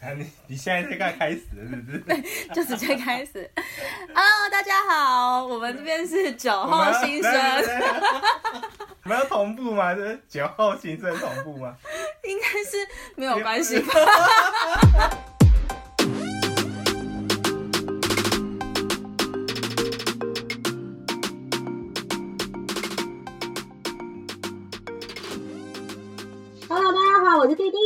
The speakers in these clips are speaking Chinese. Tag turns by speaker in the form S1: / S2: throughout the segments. S1: 啊你 你现在才刚开始，是不是？
S2: 就直接开始。Hello，大家好，我们这边是九
S1: 我
S2: 号
S1: 们要
S2: 新
S1: 来来
S2: 生，
S1: 来来我们要同步吗？这九号新生同步吗？
S2: 应该是没有关系吧？
S3: Hello，大家好，我是弟弟。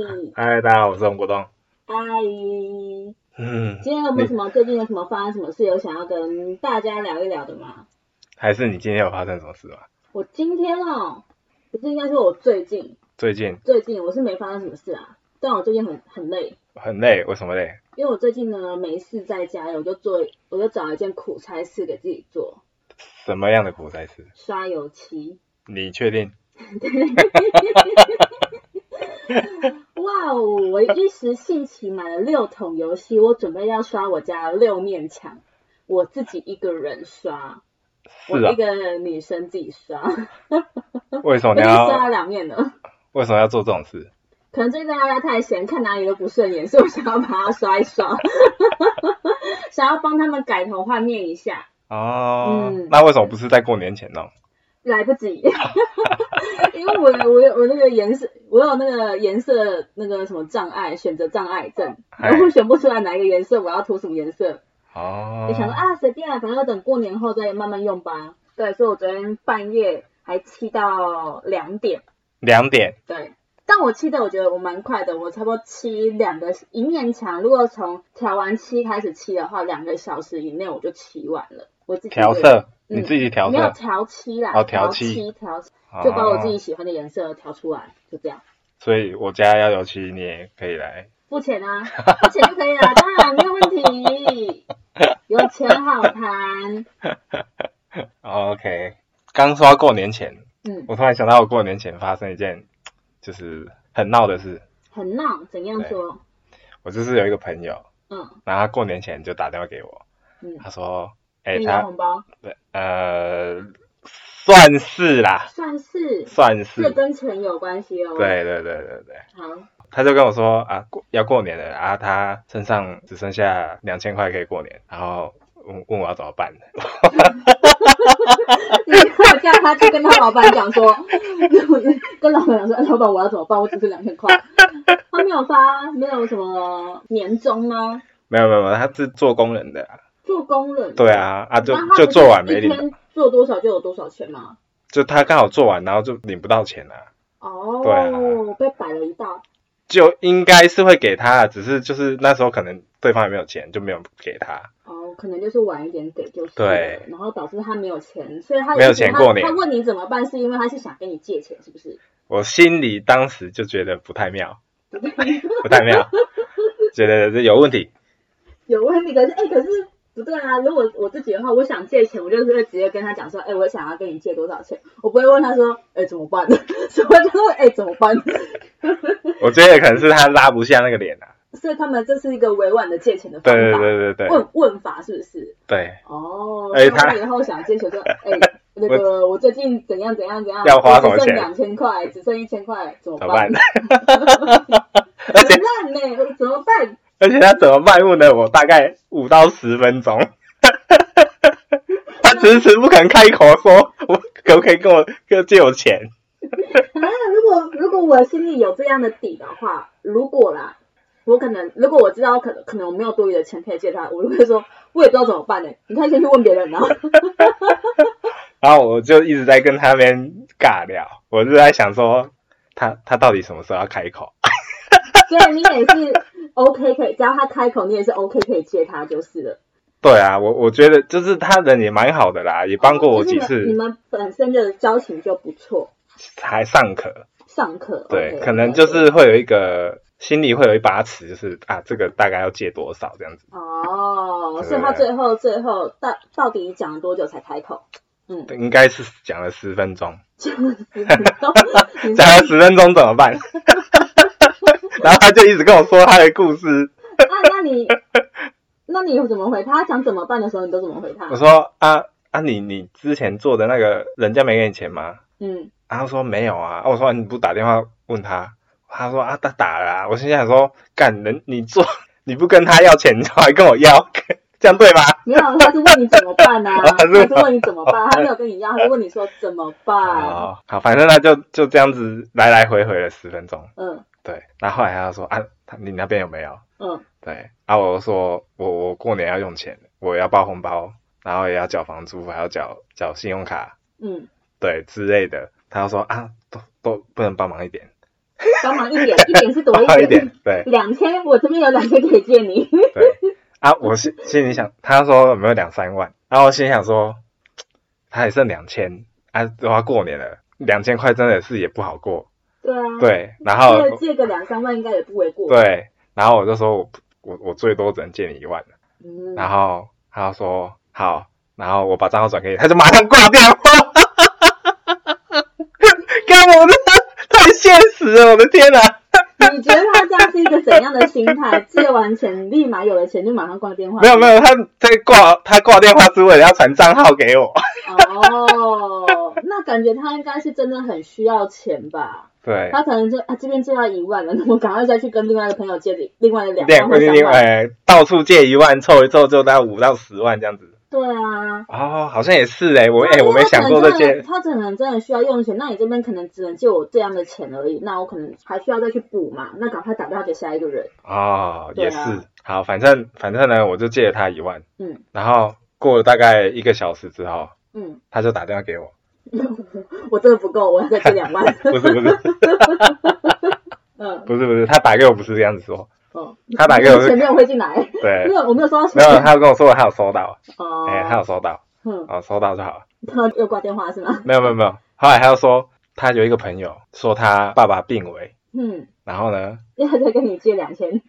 S4: 嗨，大家好，我是洪国栋。
S3: 嗨，今
S4: 嗯，
S3: 天有没有什么最近有什么发生什么事，有想要跟大家聊一聊的吗？
S4: 还是你今天有发生什么事吗？
S3: 我今天哦，不是应该说我最近
S4: 最近
S3: 最近我是没发生什么事啊，但我最近很很累，
S4: 很累，为什么累？
S3: 因为我最近呢没事在家，我就做我就找一件苦差事给自己做，
S4: 什么样的苦才是？
S3: 刷油漆。
S4: 你确定？
S3: 哇哦！我一时兴起买了六桶油漆，我准备要刷我家的六面墙，我自己一个人刷，
S4: 是
S3: 我
S4: 啊
S3: 一，个女生自己 刷。
S4: 为什么
S3: 我已
S4: 你
S3: 经刷了
S4: 要
S3: 两面了，
S4: 为什么要做这种事？
S3: 可能最近大家太闲，看哪里都不顺眼，所以我想要把它刷一刷， 想要帮他们改头换面一下，
S4: 哦，
S3: 嗯
S4: 那为什么不是在过年前弄？
S3: 来不 及，因为我有我有我那个颜色，我有那个颜色那个什么障碍，选择障碍症，
S4: 嗨
S3: 然后选不出来哪一个颜色，我要涂什么颜色，
S4: 哦
S3: 就，想说啊随便啊，反正等过年后再慢慢用吧。对，所以我昨天半夜还漆到两点。
S4: 两点
S3: 对，但我漆的我觉得我蛮快的，我差不多漆两个一面墙，如果从调完漆开始漆的话，两个小时以内我就漆完了。我自己
S4: 调
S3: 的
S4: 色，
S3: 嗯
S4: 你自己调
S3: 没有
S4: 色，
S3: 调漆啦，
S4: 哦
S3: 调
S4: 调漆
S3: 调漆
S4: 哦
S3: 就把我自己。喜欢的颜色调出来，就这样。
S4: 所以我家要油漆，你也可以来。
S3: 付钱 啊，付钱就可以啦，当然没有问题，有钱好谈。
S4: OK，刚说到过年前，
S3: 嗯，
S4: 我突然想到我过年前发生一件就是很闹的事。
S3: 很闹，怎样说？
S4: 我就是有一个朋友，
S3: 嗯
S4: 然后他过年前就打电话给我，
S3: 嗯，
S4: 他说：“哎、
S3: 给你拿
S4: 他
S3: 红包
S4: 呃，算是啦，
S3: 算是，
S4: 算是，
S3: 这
S4: 对
S3: 跟钱有关系哦。，
S4: 对对对对，
S3: 好，
S4: 他就跟我说啊，过要过年了啊，他身上只剩下两千块可以过年，然后问问我要怎么办，
S3: 你要叫他去跟他老板讲说， 跟老板讲说，哎老板我要怎么办？我只剩两千块。他没有发，没有什么年终吗？
S4: 没有没有没有，他是做工人的啊，
S3: 做工人。
S4: 对。啊啊就
S3: 那他不是
S4: 就做完没
S3: 一
S4: 领，
S3: 天做多少就有多少钱吗？
S4: 就他刚好做完，然后就领不到钱了、啊
S3: 哦，
S4: 对啊
S3: 被摆了一道。
S4: 就应该是会给他，只是就是那时候可能对方也没有钱，就没有给他。
S3: 哦，可能就是晚一点给就是了
S4: 对
S3: 然后导致他没有钱，所以他
S4: 没有钱过年
S3: 他。他问你怎么办，是因为他是想跟你借钱，是不是？
S4: 我心里当时就觉得不太妙，不太妙，觉得这有问题。
S3: 有问题，可是哎、可是不对啊！如果我自己的话，我想借钱，我就是会直接跟他讲说，哎、我想要跟你借多少钱，我不会问他说，哎、怎么办？ 什么叫做哎、怎么办？
S4: 我觉得可能是他拉不下那个脸啊。
S3: 所以他们这是一个委婉的借钱的方
S4: 对
S3: 法，
S4: 对对对对
S3: 问问法是不是？
S4: 对，
S3: 哦，
S4: 哎
S3: 所以他
S4: 他
S3: 以后想借钱说，哎、那个我最近怎样怎样怎样，
S4: 要花什么
S3: 我只剩
S4: 钱
S3: 两千块，只剩一千块，怎么
S4: 怎么办
S3: 办？？
S4: 而且
S3: 很烂呢、怎么办？
S4: 而且他怎么卖问了我大概五到十分钟， 他迟迟不肯开口说，我可不可以跟我跟我借我钱？
S3: 啊，如果如果我心里有这样的底的话，如果啦，我可能如果我知道可能可能我没有多余的钱可以借他，我就会说我也不知道怎么办呢、你看先去问别人啊。
S4: 然后我就一直在跟他那边尬聊，我就在想说，他他到底什么时候要开口？
S3: 所以你也是 OK 可以，只要他开口，你也是 OK 可以借他就是了。
S4: 对啊，我我觉得就是他人也蛮好的啦，也帮过我几
S3: 就是你
S4: 次，
S3: 们你们本身的交情就不错，
S4: 还尚可。
S3: 上课
S4: 对，
S3: OK，
S4: 可能
S3: OK，
S4: 就是会有一个心里会有一把尺，就是啊，这个大概要借多少这样子。
S3: 哦，
S4: 对
S3: 所以他最后最后到到底讲了多久才开口？嗯，
S4: 应该是讲了十分钟，
S3: 就是 你
S4: 讲了十分钟怎么 办？然后他就一直跟我说他的故事，
S3: 啊那那你，那你怎么回他？他讲怎么办的时候，你都怎么回他
S4: 我？说啊啊你你之前做的那个人家没给你钱吗？
S3: 嗯，
S4: 啊然后他说没有啊，啊我说你不打电话问他，他说啊，他打了、啊。我心想说，干能你做，你不跟他要钱，你还跟我要，这样对吗？
S3: 没有，啊他是问你怎么办呐、
S4: 哦
S3: 啊？
S4: 他
S3: 他
S4: 是问
S3: 是问你怎么办，他没有跟你要，他是问你说怎么办。
S4: 哦，好，反正他就就这样子来来回回了十分钟。
S3: 嗯
S4: 对，然后后来他就说啊，他你那边有没有？
S3: 嗯，
S4: 对，啊，我就说我我过年要用钱，我要包红包，然后也要缴房租，还要缴缴信用卡，
S3: 嗯，
S4: 对之类的。他就说啊，都都不能帮忙一点，
S3: 帮忙一点，一点是多
S4: 帮忙一
S3: 一
S4: 点，对
S3: 两千，我这边有两千可以借你。
S4: 对。啊，我心心里想，他说有没有两三万？然后我心里想说，他还剩两千，啊，都要过年了，两千块真的是也不好过，
S3: 对啊，，
S4: 对。然后
S3: 借个两三万应该也不为过。，
S4: 对，然后我就说我我我最多只能借你一万，
S3: 嗯，
S4: 然后他就说好，然后我把账号转给你，他就马上挂电话。 干我的太现实了，我的天哪、
S3: 你觉得他这样是一个怎样的心态？借完钱立马有了钱就马上挂电话？
S4: 没有没有，他在挂他挂电话是为了要传账号给我。
S3: 哦，那感觉他应该是真的很需要钱吧？
S4: 对，
S3: 他可能就啊这边借到一万了，那我赶快再去跟另外一个朋友借另另外的两
S4: 两
S3: 万或
S4: 另
S3: 三
S4: 另
S3: 万。
S4: 外到处借一万，凑一凑就到五到十万这样子。
S3: 对啊，
S4: 哦，好像也是哎、我哎、
S3: 对啊
S4: 我没想过这些。
S3: 他可能真的他可能真的需要用钱，那你这边可能只能借我这样的钱而已，那我可能还需要再去补嘛，那赶快打电话给下一个人。
S4: 哦，也
S3: 对啊
S4: 是。好，反正反正呢，我就借了他一万，
S3: 嗯
S4: 然后过了大概一个小时之后，
S3: 嗯，
S4: 他就打电话给 我，
S3: 我真的不够，我要再借两万。
S4: 不是不是
S3: 嗯，
S4: 不是不是，他打给我不是这样子说，
S3: 哦，
S4: 他 打给我是
S3: 钱没有汇 进来，
S4: 对
S3: 没，有，我没有收到钱
S4: 没。有，他跟我说他有收到，
S3: 哦，
S4: 哎、他有收到，
S3: 嗯，
S4: 哦，收到就好了，
S3: 他又挂电话是吗？
S4: 没有没有没有，后来他又说他有一个朋友说他爸爸病危，
S3: 嗯，
S4: 然后呢，
S3: 要再跟你借两千。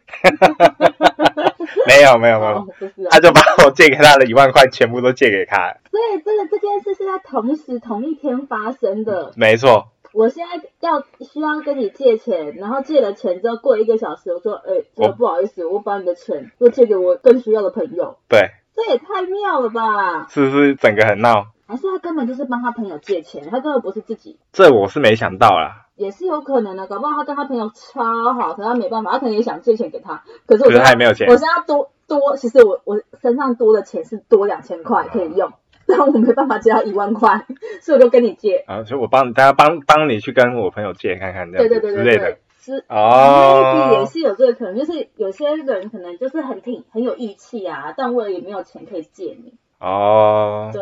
S4: 没有没有没
S3: 哦
S4: 有，，
S3: 不是 啊
S4: 他。就把我借给他的一万块全部都借给他，
S3: 所以这个这件事是在同时同一天发生的。
S4: 没错，
S3: 我现在要需要跟你借钱，然后借了钱之后过一个小时，我说，哎、真
S4: 我
S3: 的不好意思，我把你的钱又借给我更需要的朋友，
S4: 对，
S3: 这也太妙了吧？
S4: 是不是整个很闹？
S3: 还是他根本就是帮他朋友借钱，他根本不是自己，
S4: 这我是没想到啦，
S3: 也是有可能的，搞不好他跟他朋友超好，可是他没办法，他可能也想借钱给他，可是我
S4: 可是
S3: 现
S4: 他也
S3: 在
S4: 没有钱
S3: 我，现在多多，其实我我身上多的钱是多两千块可以用，但我没办法借到一万块，所以我就跟你借，
S4: 啊，所以我帮大家帮帮你去跟我朋友借看看，这
S3: 对
S4: 样
S3: 对
S4: 子
S3: 对
S4: 之
S3: 对
S4: 类
S3: 对
S4: 的，，
S3: 是
S4: 哦
S3: maybe 也是有这个可能，就是有些人可能就是很挺很有义气啊，但我也没有钱可以借你。
S4: 哦，
S3: 对，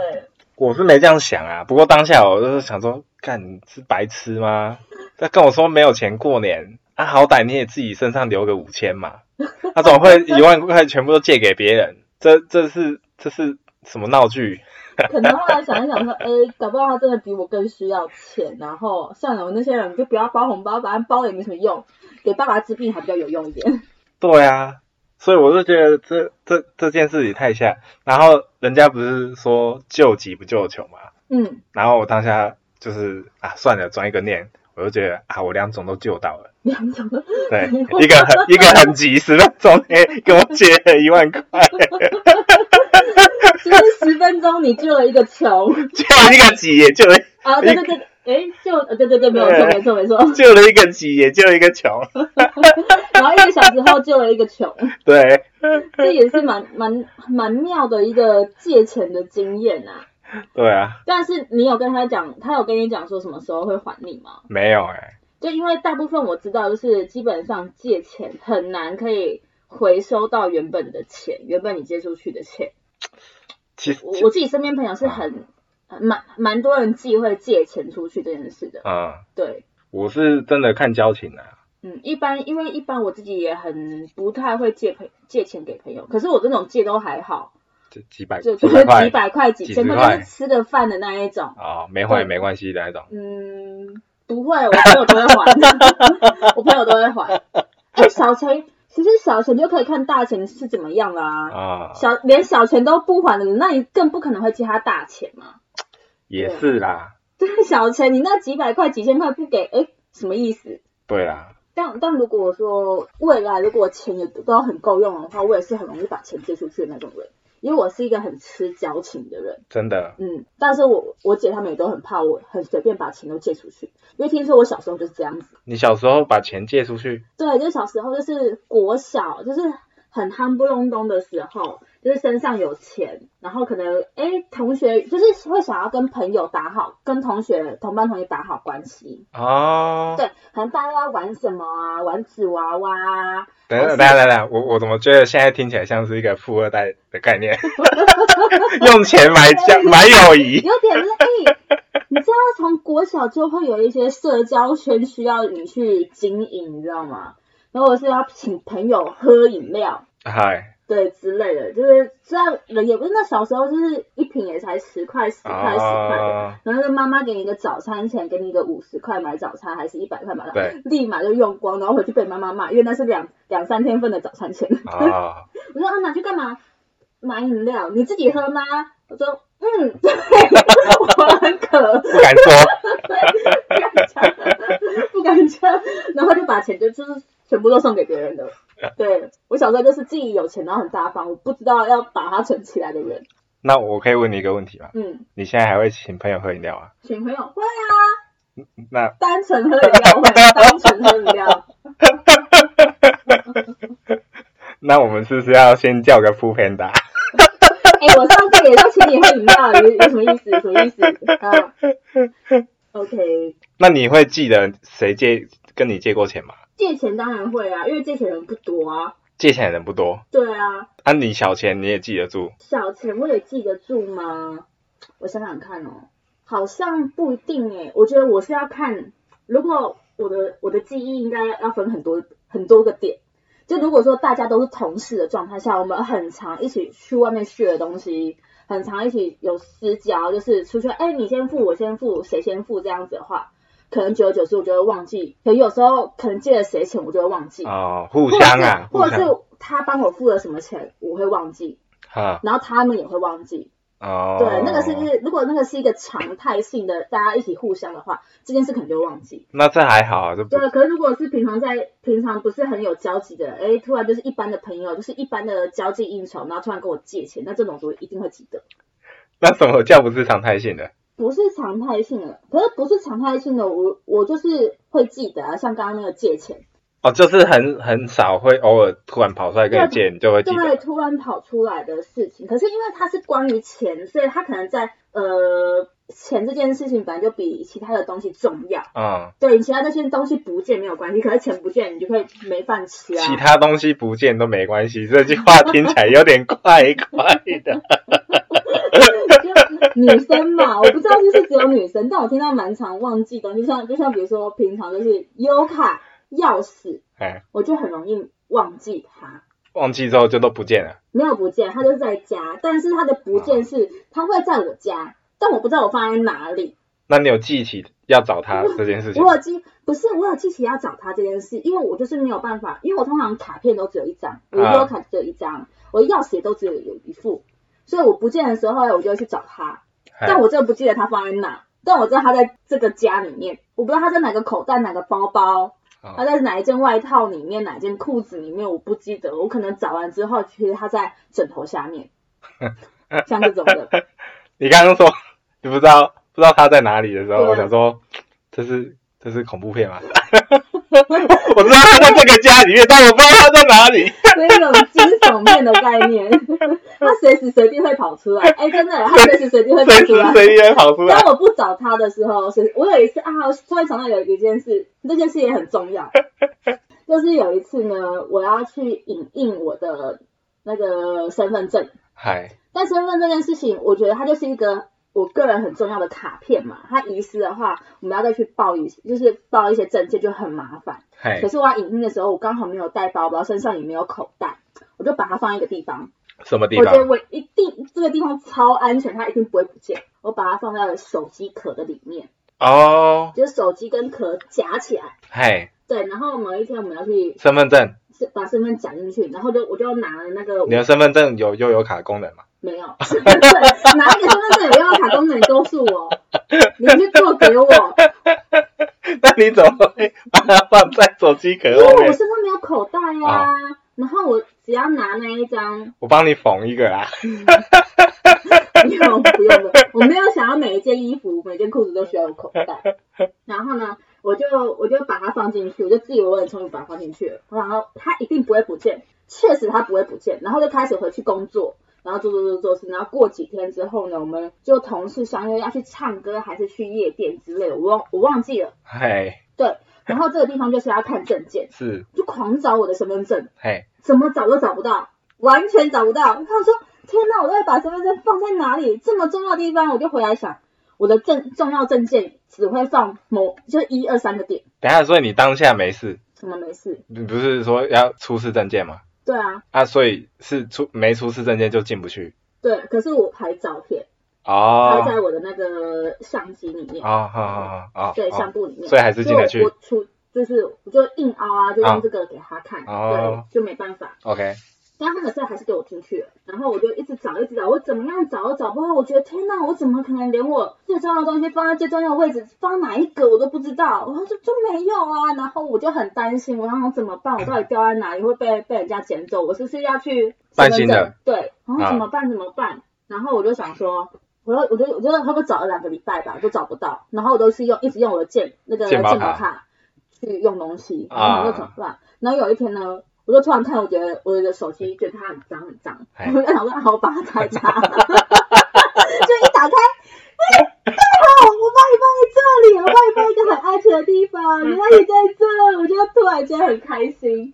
S4: 我是没这样想啊，不过当下我就是想说，干你是白痴吗？他跟我说没有钱过年，啊，好歹你也自己身上留个五千嘛，他怎么会一万块全部都借给别人？这这是这是什么闹剧？
S3: 可能后来想一想说，哎、搞不好他真的比我更需要钱，然后算了，我那些人就不要包红包，反正包了也没什么用，给爸爸治病还比较有用一点。
S4: 对啊，所以我就觉得这这这件事情太吓。然后人家不是说救急不救穷嘛，
S3: 嗯
S4: 然后我当下就是啊，算了，转一个念，我就觉得啊，我两种都救到了。
S3: 两种都
S4: 对，一个很一个很急，十分钟内给我借了一万块，
S3: 就是十分钟你救了一个穷
S4: 救了一个急也救 了
S3: 啊，对对对，哎、就呃对对对，没有错没错没错，
S4: 救了一个急也救了一个穷，
S3: 然后一个小时后救了一个穷，
S4: 对
S3: 这也是蛮蛮蛮妙的一个借钱的经验啊。
S4: 对啊，
S3: 但是你有跟他讲，他有跟你讲说什么时候会还你吗？
S4: 没有哎、
S3: 就因为大部分我知道，就是基本上借钱很难可以回收到原本的钱，原本你借出去的钱。
S4: 其实
S3: 我我自己身边朋友是很
S4: 啊
S3: 蛮蛮多人忌讳借钱出去这件事的，
S4: 嗯，
S3: 对。
S4: 我是真的看交情啊，
S3: 嗯，一般因为一般我自己也很不太会借朋借钱给朋友，可是我这种借都还好，
S4: 就几百
S3: 就
S4: 几
S3: 就
S4: 百
S3: 是
S4: 块
S3: 几百块、几
S4: 几
S3: 千
S4: 十
S3: 块，
S4: 块
S3: 就是吃个饭的那一种。
S4: 哦，没还也没关系的那种，
S3: 嗯，不会，我朋友都会还， 我朋友都会还。哎，小钱其实小钱就可以看大钱是怎么样啦、
S4: 啊、
S3: 小连小钱都不还的人，那你更不可能会借他大钱嘛。
S4: 也是啦，
S3: 就是小钱，你那几百块、几千块不给，哎，什么意思？
S4: 对啦，
S3: 但但如果我说未来如果我钱也都很够用的话，我也是很容易把钱借出去的那种人。因为我是一个很吃交情的人，
S4: 真的，
S3: 嗯，但是我我姐她们也都很怕我很随便把钱都借出去，因为听说我小时候就是这样子，
S4: 你小时候把钱借出去，
S3: 对，就是小时候就是国小，就是很憨不隆咚的时候，就是身上有钱，然后可能哎同学就是会想要跟朋友打好，跟同学同班同学打好关系，
S4: 哦，
S3: 对，可能大家都要玩什么啊，玩纸娃娃啊，
S4: 等等等下等等，我我怎么觉得现在听起来像是一个富二代的概念， 用钱买交买友谊，
S3: 有点累。你知道，从国小就会有一些社交圈需要你去经营，你知道吗？然后我是要请朋友喝饮料，
S4: 嗨，
S3: 对之类的，就是虽然人也不是那小时候，就是一瓶也才十块、十块、十块的。
S4: 哦，
S3: 然后就妈妈给你一个早餐钱，给你一个五十块买早餐，还是一百块买早
S4: 对，
S3: 餐立马就用光，然后回去被妈妈骂，因为那是两两三天份的早餐钱。
S4: 哦，
S3: 我说啊，拿去干嘛？买饮料，你自己喝吗？我说嗯，对， 我很渴，
S4: 不敢说，
S3: 不敢讲，不敢讲，然后就把钱就就是全部都送给别人的。对我小时候就是自己有钱，然后很大方，我不知道要把它存起来的人。
S4: 那我可以问你一个问题吗？
S3: 嗯，
S4: 你现在还会请朋友喝饮料啊？
S3: 请朋友会啊，
S4: 那
S3: 单纯喝饮料会，单纯喝饮料。
S4: 那我们是不是要先叫个副片打？
S3: 哎、我上次也是请你喝饮料，有有什么意思？有什么意 思？啊，OK，
S4: 那你会记得谁借跟你借过钱吗？
S3: 借钱当然会啊，因为借钱人不多啊。
S4: 借钱的人不多，
S3: 对啊，
S4: 啊，你小钱你也记得住，
S3: 小钱我也记得住吗？我想想看哦，好像不一定诶。我觉得我是要看，如果我的我的记忆应该要分很多很多个点。就如果说大家都是同事的状态下，我们很常一起去外面学东西，很常一起有私交，就是出去哎你先付我先付谁先付这样子的话，可能久而久之我就会忘记。可有时候可能借了谁钱我就会忘记，
S4: 哦，互相啊，
S3: 或
S4: 互
S3: 者是
S4: 相
S3: 或，者是他帮我付了什么钱，我会忘记。
S4: 哈，
S3: 然后他们也会忘记。
S4: 哦，
S3: 对，那个是不是如果那个是一个常态性的，大家一起互相的话，这件事可能就会忘记。
S4: 那这还好啊，这不
S3: 对，可是如果是平常在平常不是很有交集的，哎，突然就是一般的朋友，就是一般的交际应酬，然后突然跟我借钱，那这种我一定会记得。
S4: 那什么叫不是常态性的？
S3: 不是常态性的，可是不是常态性的，我我就是会记得啊，像刚刚那个借钱，
S4: 哦，就是很很少会偶尔突然跑出来跟你借，你就会记得。
S3: 对，突然跑出来的事情。可是因为它是关于钱，所以它可能在呃钱这件事情本来就比其他的东西重要。
S4: 嗯，
S3: 对，其他那些东西不见没有关系，可是钱不见，你就会没饭吃啊。
S4: 其他东西不见都没关系，这句话听起来有点怪怪 的。
S3: 就女生嘛，我不知道是不是只有女生，但我听到蛮常忘记东西，就像就像比如说平常就是优卡、钥匙，
S4: 哎，
S3: 我就很容易忘记它。
S4: 忘记之后就都不见了。
S3: 没有不见，它就是在家，但是它的不
S4: 啊
S3: 见是它会在我家，但我不知道我放在哪里。
S4: 那你有记起要找他这件事情？
S3: 我有记，不是我有记起要找他这件事，因为我就是没有办法，因为我通常卡片都只有一张，我的
S4: 啊
S3: U 卡只有一张，我的钥匙也都只有有一副，所以我不见的时候，我就会去找他，
S4: 哎
S3: 但我真的不记得他放在哪，但我知道他在这个家里面，我不知道他在哪个口袋、哪个包包，
S4: 哦
S3: 他在哪一件外套里面、哪一件裤子里面，我不记得，我可能找完之后，其实他在枕头 下面，像这种的，
S4: 你刚刚说你不知道不知道他在哪里的时候，
S3: 对啊
S4: 我想说这是这是恐怖片吗？ 我知道他在这个家里面，但我不知道他在哪里。
S3: 所以有惊悚片的概 念，他随时随地会跑出来。哎、真的，他随 时随地会跑
S4: 随
S3: 出
S4: 时
S3: 来。
S4: 随地跑出来
S3: 当。我不找他的时候，是我有一次啊，我突然想到有一件事，这件事也很重 要。就是有一次呢，我要去影印我的那个身份证，
S4: 嗨，
S3: 但身份证这件事情，我觉得它就是一个我个人很重要的卡片嘛，它遗失的话，我们要再去报一，就是报一些证件就很麻烦。
S4: 嗨
S3: 可，是我要影印的时候，我刚好没有带包包，身上也没有口袋，我就把它放一个地方。
S4: 什么地
S3: 我觉得
S4: 方？
S3: 我一定这个地方超安全，它一定不会不见。我把它放在了手机壳的里面，
S4: 哦，
S3: 就是手机跟壳夹起来。
S4: 嗨，
S3: 对，然后某一天我们要去
S4: 身份证，
S3: 把身份夹进去，然后就我就拿了那个
S4: 你的身份证有悠游卡功 能吗？
S3: 没有，拿一个身份证有要卡功能，你告诉我，你去做给我，
S4: 那你怎么会把它放在手机壳
S3: 因为
S4: 后
S3: 我
S4: 面？啊
S3: 身上没有口袋啊。然后我只要拿那一张，
S4: 我帮你缝一个啊啦。
S3: 不用不用的，我没有想要每一件衣服、每件裤子都需要有口袋。然后呢，我就我就把它放进去，我就自以为我很聪明把它放进去了。然后它一定不会不见，确实它不会不见。然后就开始回去工作，然后做做做做事。然后过几天之后呢，我们就同事相约要去唱歌，还是去夜店之类的，我忘我忘记了。
S4: 嘿，
S3: 然后这个地方就是要看证件，
S4: 是，
S3: 就狂找我的身份证。
S4: 嘿，
S3: 怎么找都找不到，完全找不到。他说：“天哪，我到底把身份证放在哪里？这么重要的地方，我就回来想，我的证重要证件只会放某，就一二三个点，
S4: 等一下，所以你当下没事，
S3: 什么没事。
S4: 你不是说要出示证件吗？
S3: 对啊，
S4: 啊，所以是出没出示证件就进不去。
S3: 对。可是我拍照片，拍
S4: 哦，
S3: 在我的那个相机里面，
S4: 哦，好好好，哦，
S3: 对，
S4: 哦
S3: 相簿里面。
S4: 所以还是进得去
S3: 所以我我出就是我就硬凹啊，就用这个给他看，
S4: 哦
S3: 对，就没办法。
S4: ，OK，
S3: 但他们最后还是给我进去了，然后我就一直找，一直找，我怎么样找都找不到，我觉得天哪，我怎么可能连我最重要的东西放在最重要的位置，放哪一个我都不知道，然后就就没有啊，然后我就很担心，我想怎么办，我到底掉在哪里会被被人家捡走，我是不是要去
S4: 办新的
S3: 身份证？对，然后怎么办怎么办？然后我就想说。我就我就我就差不多找了两个礼拜吧，都找不到，然后我都是用一直用我的健那个
S4: 健
S3: 健
S4: 保
S3: 保
S4: 卡
S3: 卡去用东西，然
S4: 啊
S3: 后我就怎么办？然后有一天呢，我就突然看，我觉得我的手机觉得它很脏很脏，
S4: 哎
S3: 我就想说，啊，我把它拆擦，就一打开，哎，大家好，我把你放在这里，我把你放在一个很安全的地方，原来你在这，我就突然间很开心，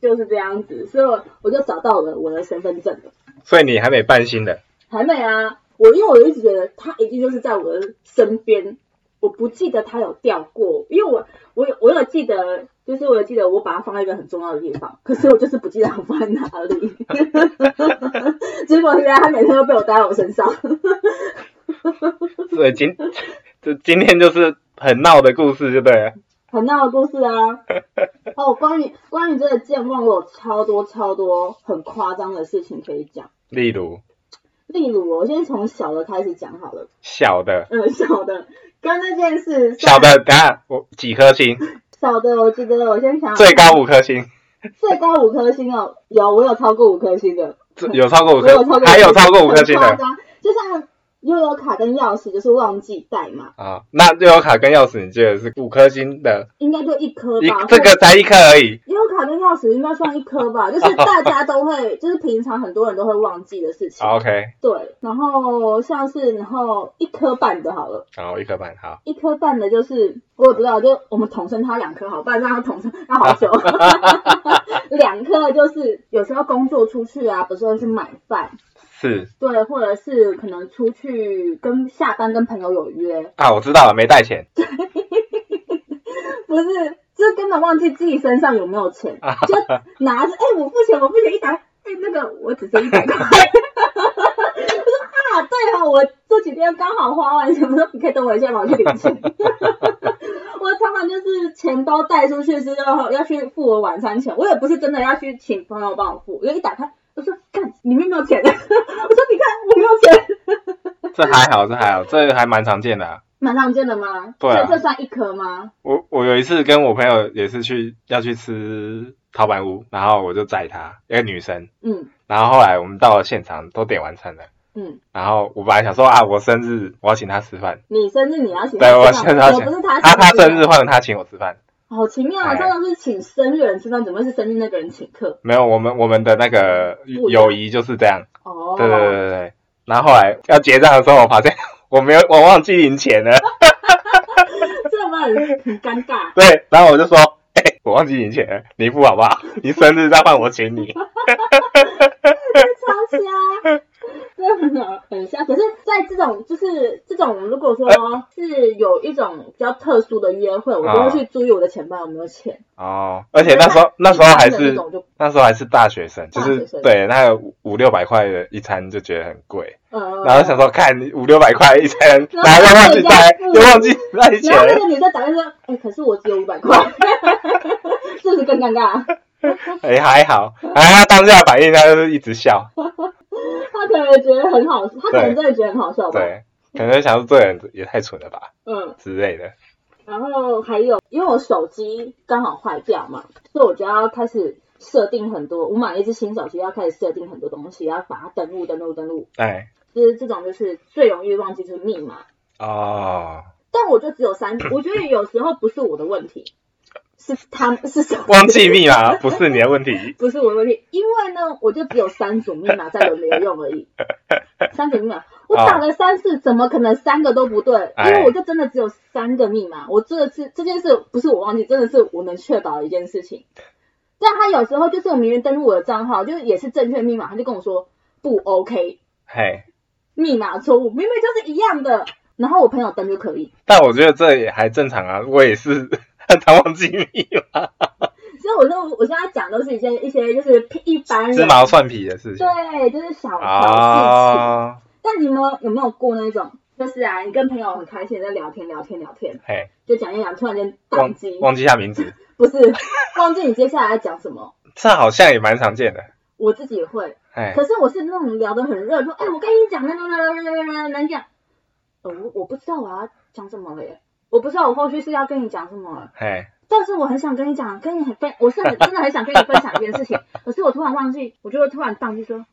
S3: 就是这样子，所以我我就找到了我的身份证了，
S4: 所以你还没办新的，
S3: 还没啊，我因为我一直觉得它一定就是在我的身边。我不记得它有掉过，因为我我有我有记得，就是我有记得我把它放在一个很重要的地方，可是我就是不记得它放在哪里。 结果原来它每天都被我带在我身上。
S4: 所以今 这今天就是很闹的故事，就对了。
S3: 很闹的故事啊！哦，关于关于这个健忘，我有超多超多很夸张的事情可以讲。
S4: 例如
S3: 例如，我先从小的开始讲好了。
S4: 小的，
S3: 嗯，小的跟那件事，
S4: 小的，等一下我几颗星，
S3: 小的，我记得我先想
S4: 最高五颗 星，
S3: 最高五颗星哦，有我有超过五颗星的，
S4: 这有超过五
S3: 我有超
S4: 颗，
S3: 过五颗星，
S4: 还有超过五颗星
S3: 很夸
S4: 的
S3: 张。就像悠游卡跟钥匙，就是忘记带嘛，
S4: 啊。那悠游卡跟钥匙，你觉得是五颗星的？
S3: 应该就一颗
S4: 一
S3: 吧。
S4: 这个才一颗而已。
S3: 悠游卡跟钥匙应该算一 颗吧，就是大家都会，就是平常很多人都会忘记的事情。
S4: 好 OK，
S3: 对，然后像是然后一颗半的好了，
S4: 然后一颗半，好。
S3: 一颗半的就是我也不知道，就我们统称它两颗好，不然让它统称它好久。两颗就是有时候工作出去啊，不是会去买饭，
S4: 是
S3: 对，或者是可能出去跟下班跟朋友有约，
S4: 啊，我知道了，没带 钱。
S3: 不是，就是根本忘记自己身上有没有钱，
S4: 啊
S3: 就拿着哎、我付钱我付钱一打，哎、那个我只剩一百块。 我说啊，对哦，我这几天刚好花完钱，我说你可以等我一下吗？我去领钱。 我常常就是钱包带出去之后要去付我晚餐钱，我也不是真的要去请朋友帮我付，我就一打开，我说干里面没有钱，我说 你看我没有钱，
S4: 这还好，这还好，这还蛮常见的、啊。
S3: 蛮常见的吗？
S4: 对啊
S3: 这这算一颗吗？
S4: 我我有一次跟我朋友也是去要去吃陶板屋，然后我就载她，一个女生，
S3: 嗯
S4: 然后后来我们到了现场都点完餐了，
S3: 嗯。
S4: 然后我本来想说啊，我生日我要请她吃饭，
S3: 你生日你要请
S4: 对
S3: 他
S4: 我
S3: 吃
S4: 生日
S3: 饭
S4: 要
S3: 我
S4: 请
S3: 不是他
S4: 她她
S3: 请
S4: 生
S3: 的
S4: 日换她请我吃饭，
S3: 好奇妙啊！
S4: 哎
S3: 通常是请生日人吃饭，怎么会是生日那个人请客？
S4: 没有我们我们的那个
S3: 不一样
S4: 友谊就是这样，
S3: 哦，
S4: 对对对对对。然后后来要结账的时候，我发现 我没有我忘记零钱 了，
S3: 这么很很尴 尬。
S4: 对，然后我就说，哎、我忘记零钱了，你付好不好？你生日再换我请 你。
S3: 超瞎，真的很瞎。可是，在这种就是这种，如果说是有一种比较特殊的约会，我就
S4: 啊
S3: 会去注意我的钱包有没有钱。
S4: 哦，而且那时候那时候还
S3: 啊一般的那
S4: 是
S3: 种就
S4: 那时候还是大学生，就
S3: 大学
S4: 是
S3: 生
S4: 对那个五五六百块的一餐就觉得很贵，
S3: 呃，
S4: 然后想说看五六百块一餐，
S3: 然
S4: 然
S3: 后
S4: 后又忘记带，
S3: 还有
S4: 又忘记带
S3: 然后那
S4: 钱，
S3: 个女生打电话说：“哎、可是我只有五百块， 是不是更尴尬？
S4: 哎还好，哎他当下反应他就是一直笑，
S3: 她可能觉得很好，她可能真的觉得很好笑吧。
S4: 对，可能想说这人也太蠢了吧
S3: 嗯，
S4: 之类的，
S3: 然后还有，因为我手机刚好坏掉嘛，所以我就要开始设定很多，我买了一只新手机，要开始设定很多东西，要把它登录、登录、登录，
S4: 哎，
S3: 就是这种就是最容易忘记就是密码。
S4: 哦，
S3: 但我就只有三，我觉得有时候不是我的问题，是他们是小
S4: 忘记密码不是你的问题。
S3: 不是我的问题，因为呢，我就只有三组密码在轮流用 而已。三组密码，我打了三次，怎么可能三个都不对？因
S4: 哎
S3: 为我就真的只有三个密码。我这次这件事不是我忘记，真的是我能确保的一件事情。但他有时候就是我明明登录我的账号，就是也是正确密码，他就跟我说不 OK，
S4: 嘿，
S3: 密码错误，明明就是一样的。然后我朋友登就可以，
S4: 但我觉得这也还正常啊，我也是 很常忘记密 码，
S3: 所以我说我现在讲都是一件一些就是一般人
S4: 芝麻蒜啊皮的事情。
S3: 对，啊就是小小事情。
S4: 啊，
S3: 但你们有没有过那种，就是啊，你跟朋友很开心地在聊天聊天聊天，
S4: 嘿，
S3: 就讲一讲，突然间宕
S4: 忘
S3: 机，
S4: 忘记下名字，
S3: 不是忘记你接下来要讲什么。
S4: 这好像也蛮常见的。
S3: 我自己也会，
S4: 哎，
S3: 可是我是那种聊得很热，说哎，我跟你讲，那那那那那那那讲，呃，我我不知道我要讲什么了耶，我不知道我后续是要跟你讲什么了，
S4: 嘿，
S3: 但是我很想跟你讲，跟你很分，我是很真的很想跟你分享一件事 情，可是我突然忘记，我就会突然宕机说，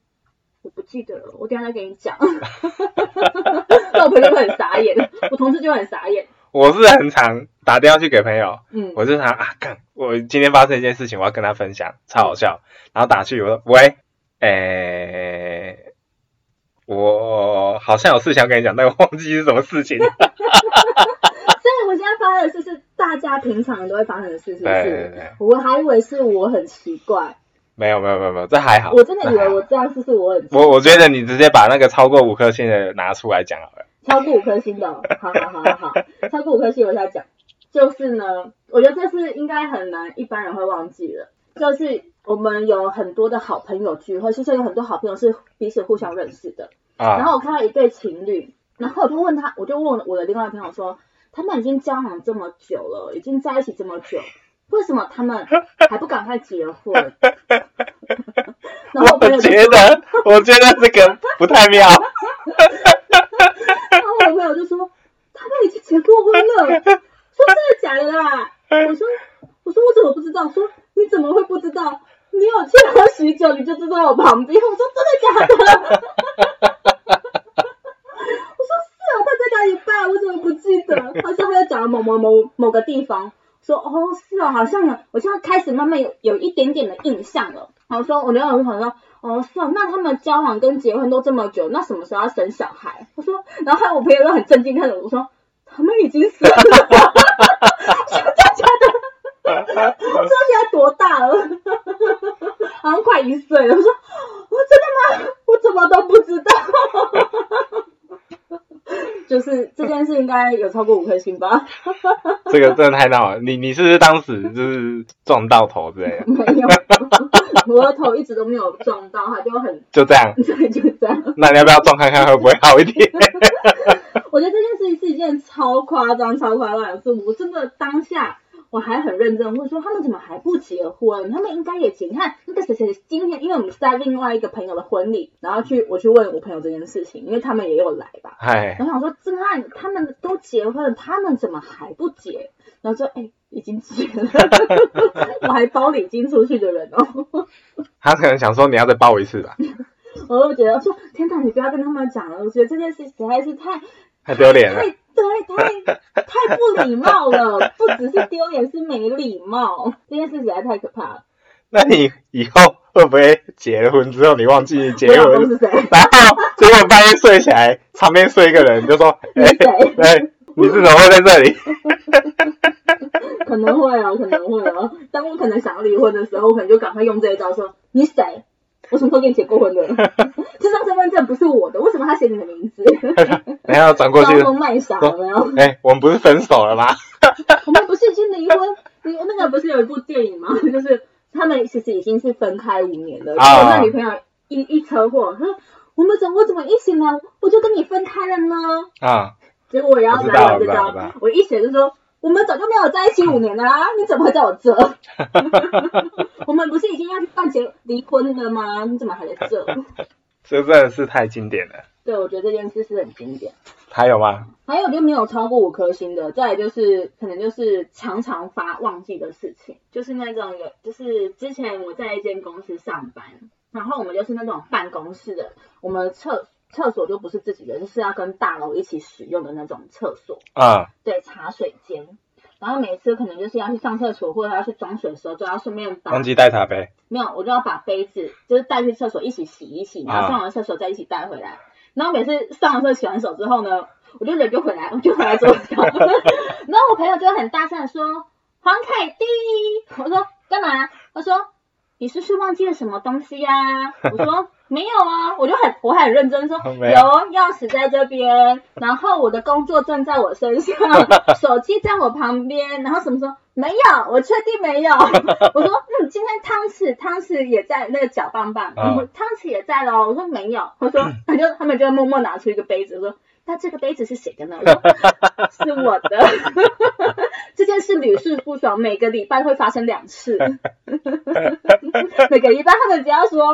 S3: 我不记得了，我等一下再跟 你讲，那我朋友就很傻眼，我同事就很傻 眼，
S4: 我是很常打电话去给朋友，
S3: 嗯，
S4: 我就想啊，干，我今天发生一件事情，我要跟他分享，超好笑。然后打去，我说喂，诶、我好像有事情要跟你讲，但我忘记是什么事情。
S3: 所以我现在发生的事是大家平常都会发生的事，是不
S4: 对对
S3: 是？
S4: 对，
S3: 我还以为是我很奇怪，
S4: 没有没有没有没有，这还好。
S3: 我真的以
S4: 这还
S3: 为
S4: 好
S3: 我这样是是我很
S4: 我我觉得你直接把那个超过五颗星的拿出来讲好了。
S3: 超过五颗星的哦，好好好好好，超过五颗星我再讲。就是呢，我觉得这是应该很难一般人会忘记的，就是我们有很多的好朋友聚会，其实有很多好朋友是彼此互相认识的。然
S4: 啊，
S3: 后我看到一对情侣，然后我就问他，我就问我的另外一个朋友说，他们已经交往这么久了，已经在一起这么久，为什么他们还不赶快结婚？然后我朋友
S4: 我
S3: 就
S4: 觉
S3: 说，
S4: 得我觉得这个不太妙。
S3: 然后我的朋友就说，他们已经结过婚了，说真的假的啦？我说，我说我怎么不知道？说你怎么会不知道？你有去喝喜酒，你就坐在我旁边。我说真的假的？ 我说是啊，他在哪里办？我怎么不记得？好像他有讲某某某某个地方。说哦是哦，好像有，我现在开始慢慢有有一点点的印象了。然后说，我男友朋友说，哦是哦，那他们交往跟结婚都这么久，那什么时候要生小孩？我说，然后还有我朋友都很震惊看着我，我说他们已经生了， 真的假的？我说现在多大了？好像快一岁了。我说，我、真的吗？我怎么都不知道。就是这件事应该有超过五颗星吧？
S4: 这个真的太闹了。你你是不是当时就是撞到头之类的？
S3: 没有， 我的头一直都没有撞到，它就很，
S4: 就这样
S3: 对，就这样。
S4: 那你要不要撞看看会不会好一点？
S3: 我觉得这件事情是一件超夸张、超夸张的事。我真的当下我还很认真，会说他们怎么还不结婚？他们应该也结。你看那个谁谁谁今天，因为我们是在另外一个朋友的婚礼，然后去我去问我朋友这件事情，因为他们也有来吧。
S4: 哎，
S3: 然后我想说，真的，他们都结婚了，他们怎么还不结？然后说，哎、已经结了，我还包礼金出去的人哦。
S4: 他可能想说你要再抱一次吧，
S3: 我就觉得说，天哪，你不要跟他们讲了，我觉得这件事实在是太
S4: 太丢脸
S3: 太
S4: 了。
S3: 对太太不礼貌了，不只是丢脸，是没礼貌，这件事实在太可怕了。
S4: 那你以后会不会结了婚之后你忘记结
S3: 我老公
S4: 婚，
S3: 是谁？
S4: 然后结果半夜睡起来，旁边睡一个人，就说：“
S3: 你
S4: 哎、
S3: 是谁？
S4: 哎，你是怎么会在这里
S3: 可能会哦，可能会哦。当我可能想要离婚的时候，我可能就赶快用这一招说：“你谁？我什么时候跟你结过婚的？ 这张身份证不是我的，为什么他写你的名字？”？”
S4: 然后转过去
S3: 装，疯卖傻有没有？
S4: 哎、我们不是分手了吗？
S3: 我们不是已经离婚？离那个不是有一部电影吗？ 就是他们其实已经是分开五年了。
S4: 啊
S3: 我那女朋友一一车祸，她说我们怎么我怎么一醒来我就跟你分开了呢？
S4: 啊、
S3: 结果我要来玩这
S4: 我知道我
S3: 招
S4: 知道，
S3: 我一醒就说我们早就没有在一起五年了啊！你怎么还在我这？ 我们不是已经要去办结离婚了吗？你怎么还在这？
S4: 这真的是太经典了。
S3: 对，我觉得这件事是很经典。
S4: 还有吗？
S3: 还有就没有超过五颗星的，再来就是可能就是常常发忘记的事情，就是那种有，就是之前我在一间公司上班，然后我们就是那种办公室的，我们厕厕所就不是自己的，就是要跟大楼一起使用的那种厕所，
S4: 啊、
S3: 对，茶水间。然后每次可能就是要去上厕所或者要去装水的时候，就要顺便把
S4: 忘记带茶杯，
S3: 没有，我就要把杯子就是带去厕所一起洗一洗，然
S4: 啊
S3: 后上完厕所再一起带回来。然后每次上完厕所洗完手之后呢，我就人就回来，我就回来桌 上。然后我朋友就很大声的说：“黄凯蒂。”我说：“干嘛？”他说：“你是不是忘记了什么东西呀、我说：“没有啊。”我就很我很认真说：“
S4: 没
S3: 有
S4: 有
S3: 钥匙在这边，然后我的工作证在我身上，手机在我旁边，然后什么时候没有？我确定没有。 我说嗯，今天汤匙汤匙也在那个搅拌棒，
S4: 嗯
S3: 我汤匙也在咯。我说没有，我说他就他们就默默拿出一个杯子，我说那这个杯子是谁的呢？我说是我的。 这件事屡试不爽，每个礼拜会发生两次。 每个礼拜他们只要说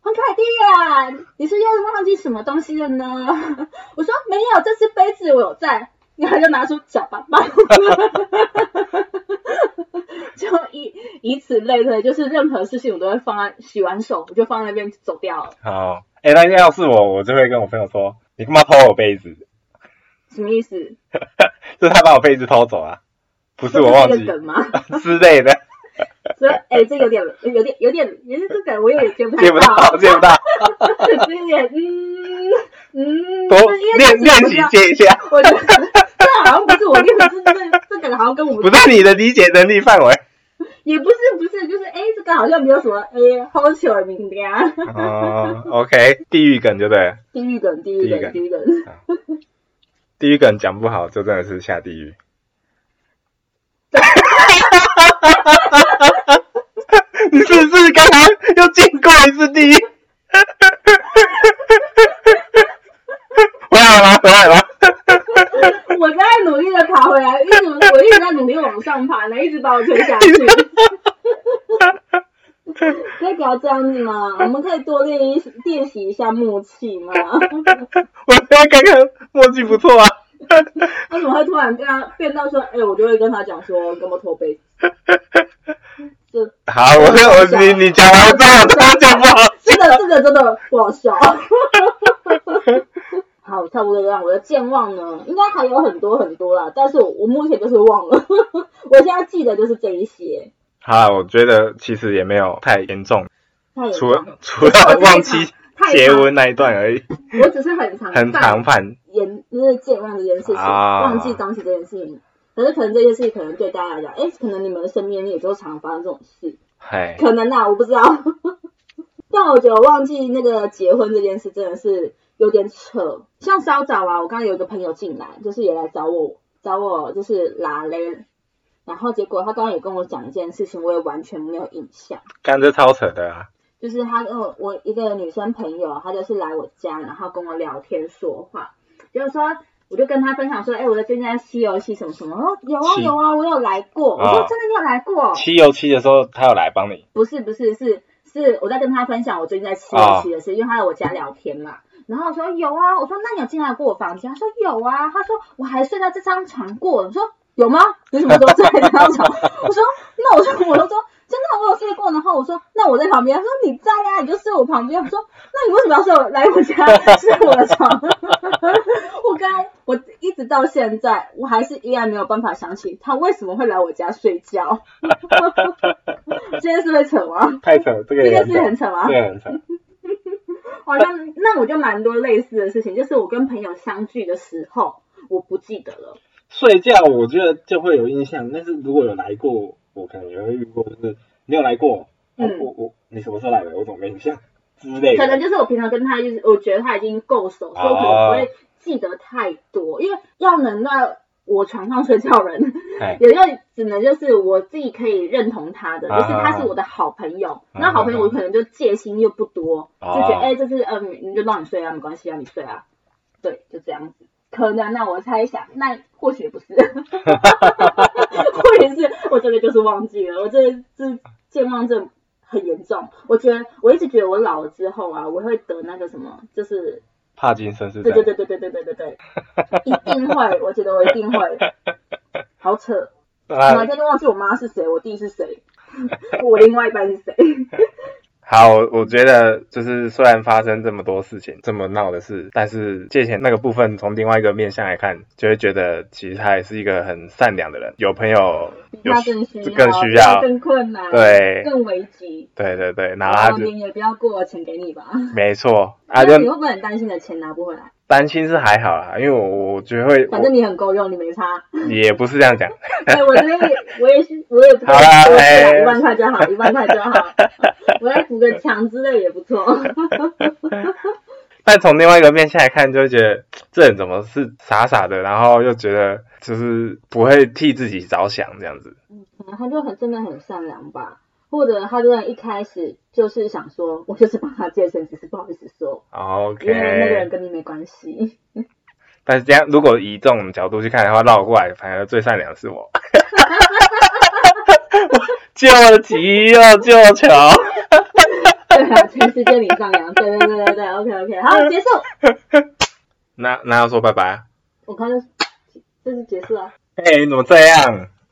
S3: 黄凯蒂呀，啊你是又忘记什么东西了呢？ 我说没有，这次杯子我有在，然后就拿出小棒棒， 就以以此类推，就是任何事情我都会放在洗完手我就放在那边走掉了，
S4: 好，哎、那要是我，我就会跟我朋友说，你干嘛偷我杯子？
S3: 什么意思？
S4: 就是他把我杯子偷走啊，不是我忘
S3: 这
S4: 记
S3: 是个梗 吗？
S4: 之类的，
S3: 所以哎、这有点有点有点也是这个我也 接不
S4: 借不
S3: 到
S4: 到，，借不到，
S3: 这有点嗯 嗯，
S4: 多
S3: 这因为
S4: 练
S3: 这是
S4: 练
S3: 不
S4: 习
S3: 知道
S4: 借一下，
S3: 我觉得这好像不是我练的，这这这个好像跟我们
S4: 不在你的理解能力范围。
S3: 也不是不是，就是哎，这个好像没有什么哎，好久的名 单。
S4: 哦，OK，地狱梗就对了，
S3: 地狱梗，地狱梗，
S4: 地
S3: 地狱梗。
S4: 地狱梗讲不好就真的是下地狱。 你是不是刚刚又经过一次地狱？ 回来了吗？回来了吗？
S3: 我在努力的爬回来，一直我一直在努力往上爬，然后一直把我推下 去。可以不要这样子吗？我们可以多练一练习一下默契吗？
S4: 我现在刚刚默契不错啊。
S3: 为什么会突然变到变到说，哎、我就会跟他讲说，跟我脱杯子。这
S4: 好，我我你你讲完之 后，我真的讲不好。
S3: 这个这个真的不好笑。 好，差不多这样。我的健忘呢，应该还有很多很多啦，但是我我目前就是忘了。 我现在记得就是这一些。
S4: 好啦，我觉得其实也没有太严重，
S3: 太严
S4: 除
S3: 重了
S4: 了除了忘记
S3: 太
S4: 结
S3: 长
S4: 婚那一段而已，
S3: 我只是很常
S4: 很
S3: 犯
S4: 常犯。
S3: 严，就是健忘这件事情，
S4: 啊
S3: 忘记东西这件事情。可是可能这件事情可能对大家来讲，哎、可能你们的身边也就常发生这种事，
S4: 哎，
S3: 可能啊啦，我不知道。但我觉得忘记那个结婚这件事真的是有点扯。像稍早啊，我刚刚有一个朋友进来，就是也来找我，找我就是拉嘞。然后结果他刚刚也跟我讲一件事情，我也完全没有印象。
S4: 干这超扯的啊！
S3: 就是他跟我我一个女生朋友，她就是来我家，然后跟我聊天说话，就是说我就跟她分享说，哎、我在最近在西游记什么什么，哦，有啊
S4: 七
S3: 有啊，我有来过。我
S4: 啊
S3: 说真的你有来过？
S4: 七油七的时候，他有来帮你
S3: 不是不是是是我在跟他分享我最近在吃东西的事，因为他来我家聊天嘛。然后我说有啊，我说那你有进来过我房间？他说有啊，他说我还睡在这张床过。我说有吗？你什么时候睡在这张床？ 我说那我说我就说真的我有睡过。然后我说那我在旁边，他说你在啊，你就睡我旁边。我说那你为什么要睡我来我家睡我的床？ 我刚我一直到现在，我还是依然没有办法想起他为什么会来我家睡觉。 这件事会扯吗？
S4: 太扯了，这个
S3: 这
S4: 也
S3: 件
S4: 很
S3: 事很
S4: 扯，
S3: 扯吗啊
S4: 这？个很扯。
S3: 好像那我就蛮多类似的事情，就是我跟朋友相聚的时候，我不记得了。
S4: 睡觉我觉得就会有印象，但是如果有来过，我可能也会遇过，就是没有来过，
S3: 嗯
S4: 啊我我你什么时候来的？我怎么没印象之类
S3: 可能
S4: 的。
S3: 就是我平常跟他，就是我觉得他已经够熟，所以我可能不会记得太多，因为要能在我床上睡觉的人，
S4: 哎，
S3: 也就只能就是我自己可以认同他的，
S4: 啊
S3: 就是他是我的好朋友。
S4: 啊
S3: 那好朋友我可能就戒心又不多，
S4: 啊
S3: 就觉得哎、这是嗯，你就让你睡啊，没关系啊，你睡啊，对，就这样子。可能那我猜想，那或 许不是， 或许是我真的就是忘记了，我这这健忘症很严重。我觉得我一直觉得我老了之后啊，我会得那个什么，就是
S4: 帕金森是这
S3: 对
S4: 样。
S3: 对对对对对对对对，一定会，我觉得我一 定会，好扯，我哪
S4: 啊，
S3: 天就忘记我妈是谁，我弟是谁，我另外一半是谁，
S4: 好，我我觉得就是虽然发生这么多事情，这么闹的事，但是借钱那个部分从另外一个面向来看，就会觉得其实他也是一个很善良的人，有朋友， 有
S3: 他更需要，
S4: 更需要，
S3: 更困难，，
S4: 对
S3: 更危急。
S4: 对对对，然后
S3: 然
S4: 他
S3: 后
S4: 就
S3: 你也不要过我钱给你吧，
S4: 没错，啊
S3: 那
S4: 就
S3: 你会不会很担心你的钱拿不回来？
S4: 担心是还好啦，因为我我觉得会，
S3: 反正你很够用，你没差。
S4: 我也不是这样讲，
S3: 哎，我这边也，我也是，我也不
S4: 好啦
S3: 多
S4: 哎
S3: 一万块就好，一万块就好。我来补个墙之类也不错。
S4: 但从另外一个面向来看，就会觉得这人怎么是傻傻的，然后又觉得就是不会替自己着想这样子。
S3: 可能他就很真的很善良吧，或者他真的一开始就是想说，我就是帮他借钱，只是不好意思说，因为那个人
S4: OK，
S3: 跟你没关系。
S4: 但是这样如果以这种角度去看的话，绕过来反而最善良的是我， 我救急又救穷，
S3: 对啊，全世界你上扬，对对对对对，OK OK，好，结束。
S4: 那那要说拜拜啊。
S3: 我刚刚就这是结束啊。
S4: 哎、你怎么这样？